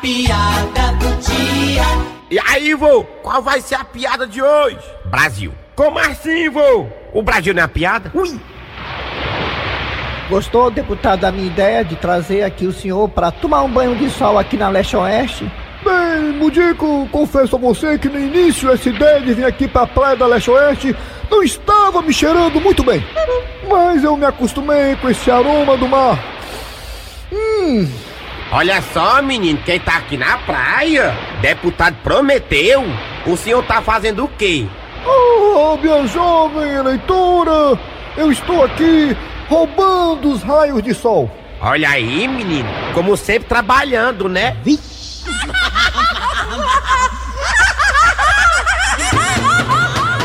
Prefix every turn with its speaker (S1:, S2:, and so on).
S1: piada do dia.
S2: E aí, vô, qual vai ser a piada de hoje? Brasil. Como assim, vô? O Brasil não é uma piada? Ui!
S3: Gostou, deputado, da minha ideia de trazer aqui o senhor para tomar um banho de sol aqui na Leste Oeste?
S4: Bem, Mudico, confesso a você que no início essa ideia de vir aqui pra praia da Leste Oeste não estava me cheirando muito bem. Mas eu me acostumei com esse aroma do mar. Hum,
S2: Olha só, menino, quem tá aqui na praia? Deputado Prometeu. O senhor tá fazendo o quê?
S4: oh, minha jovem eleitora, eu estou aqui roubando os raios de sol.
S2: Olha aí, menino, como sempre trabalhando, né? Vixe.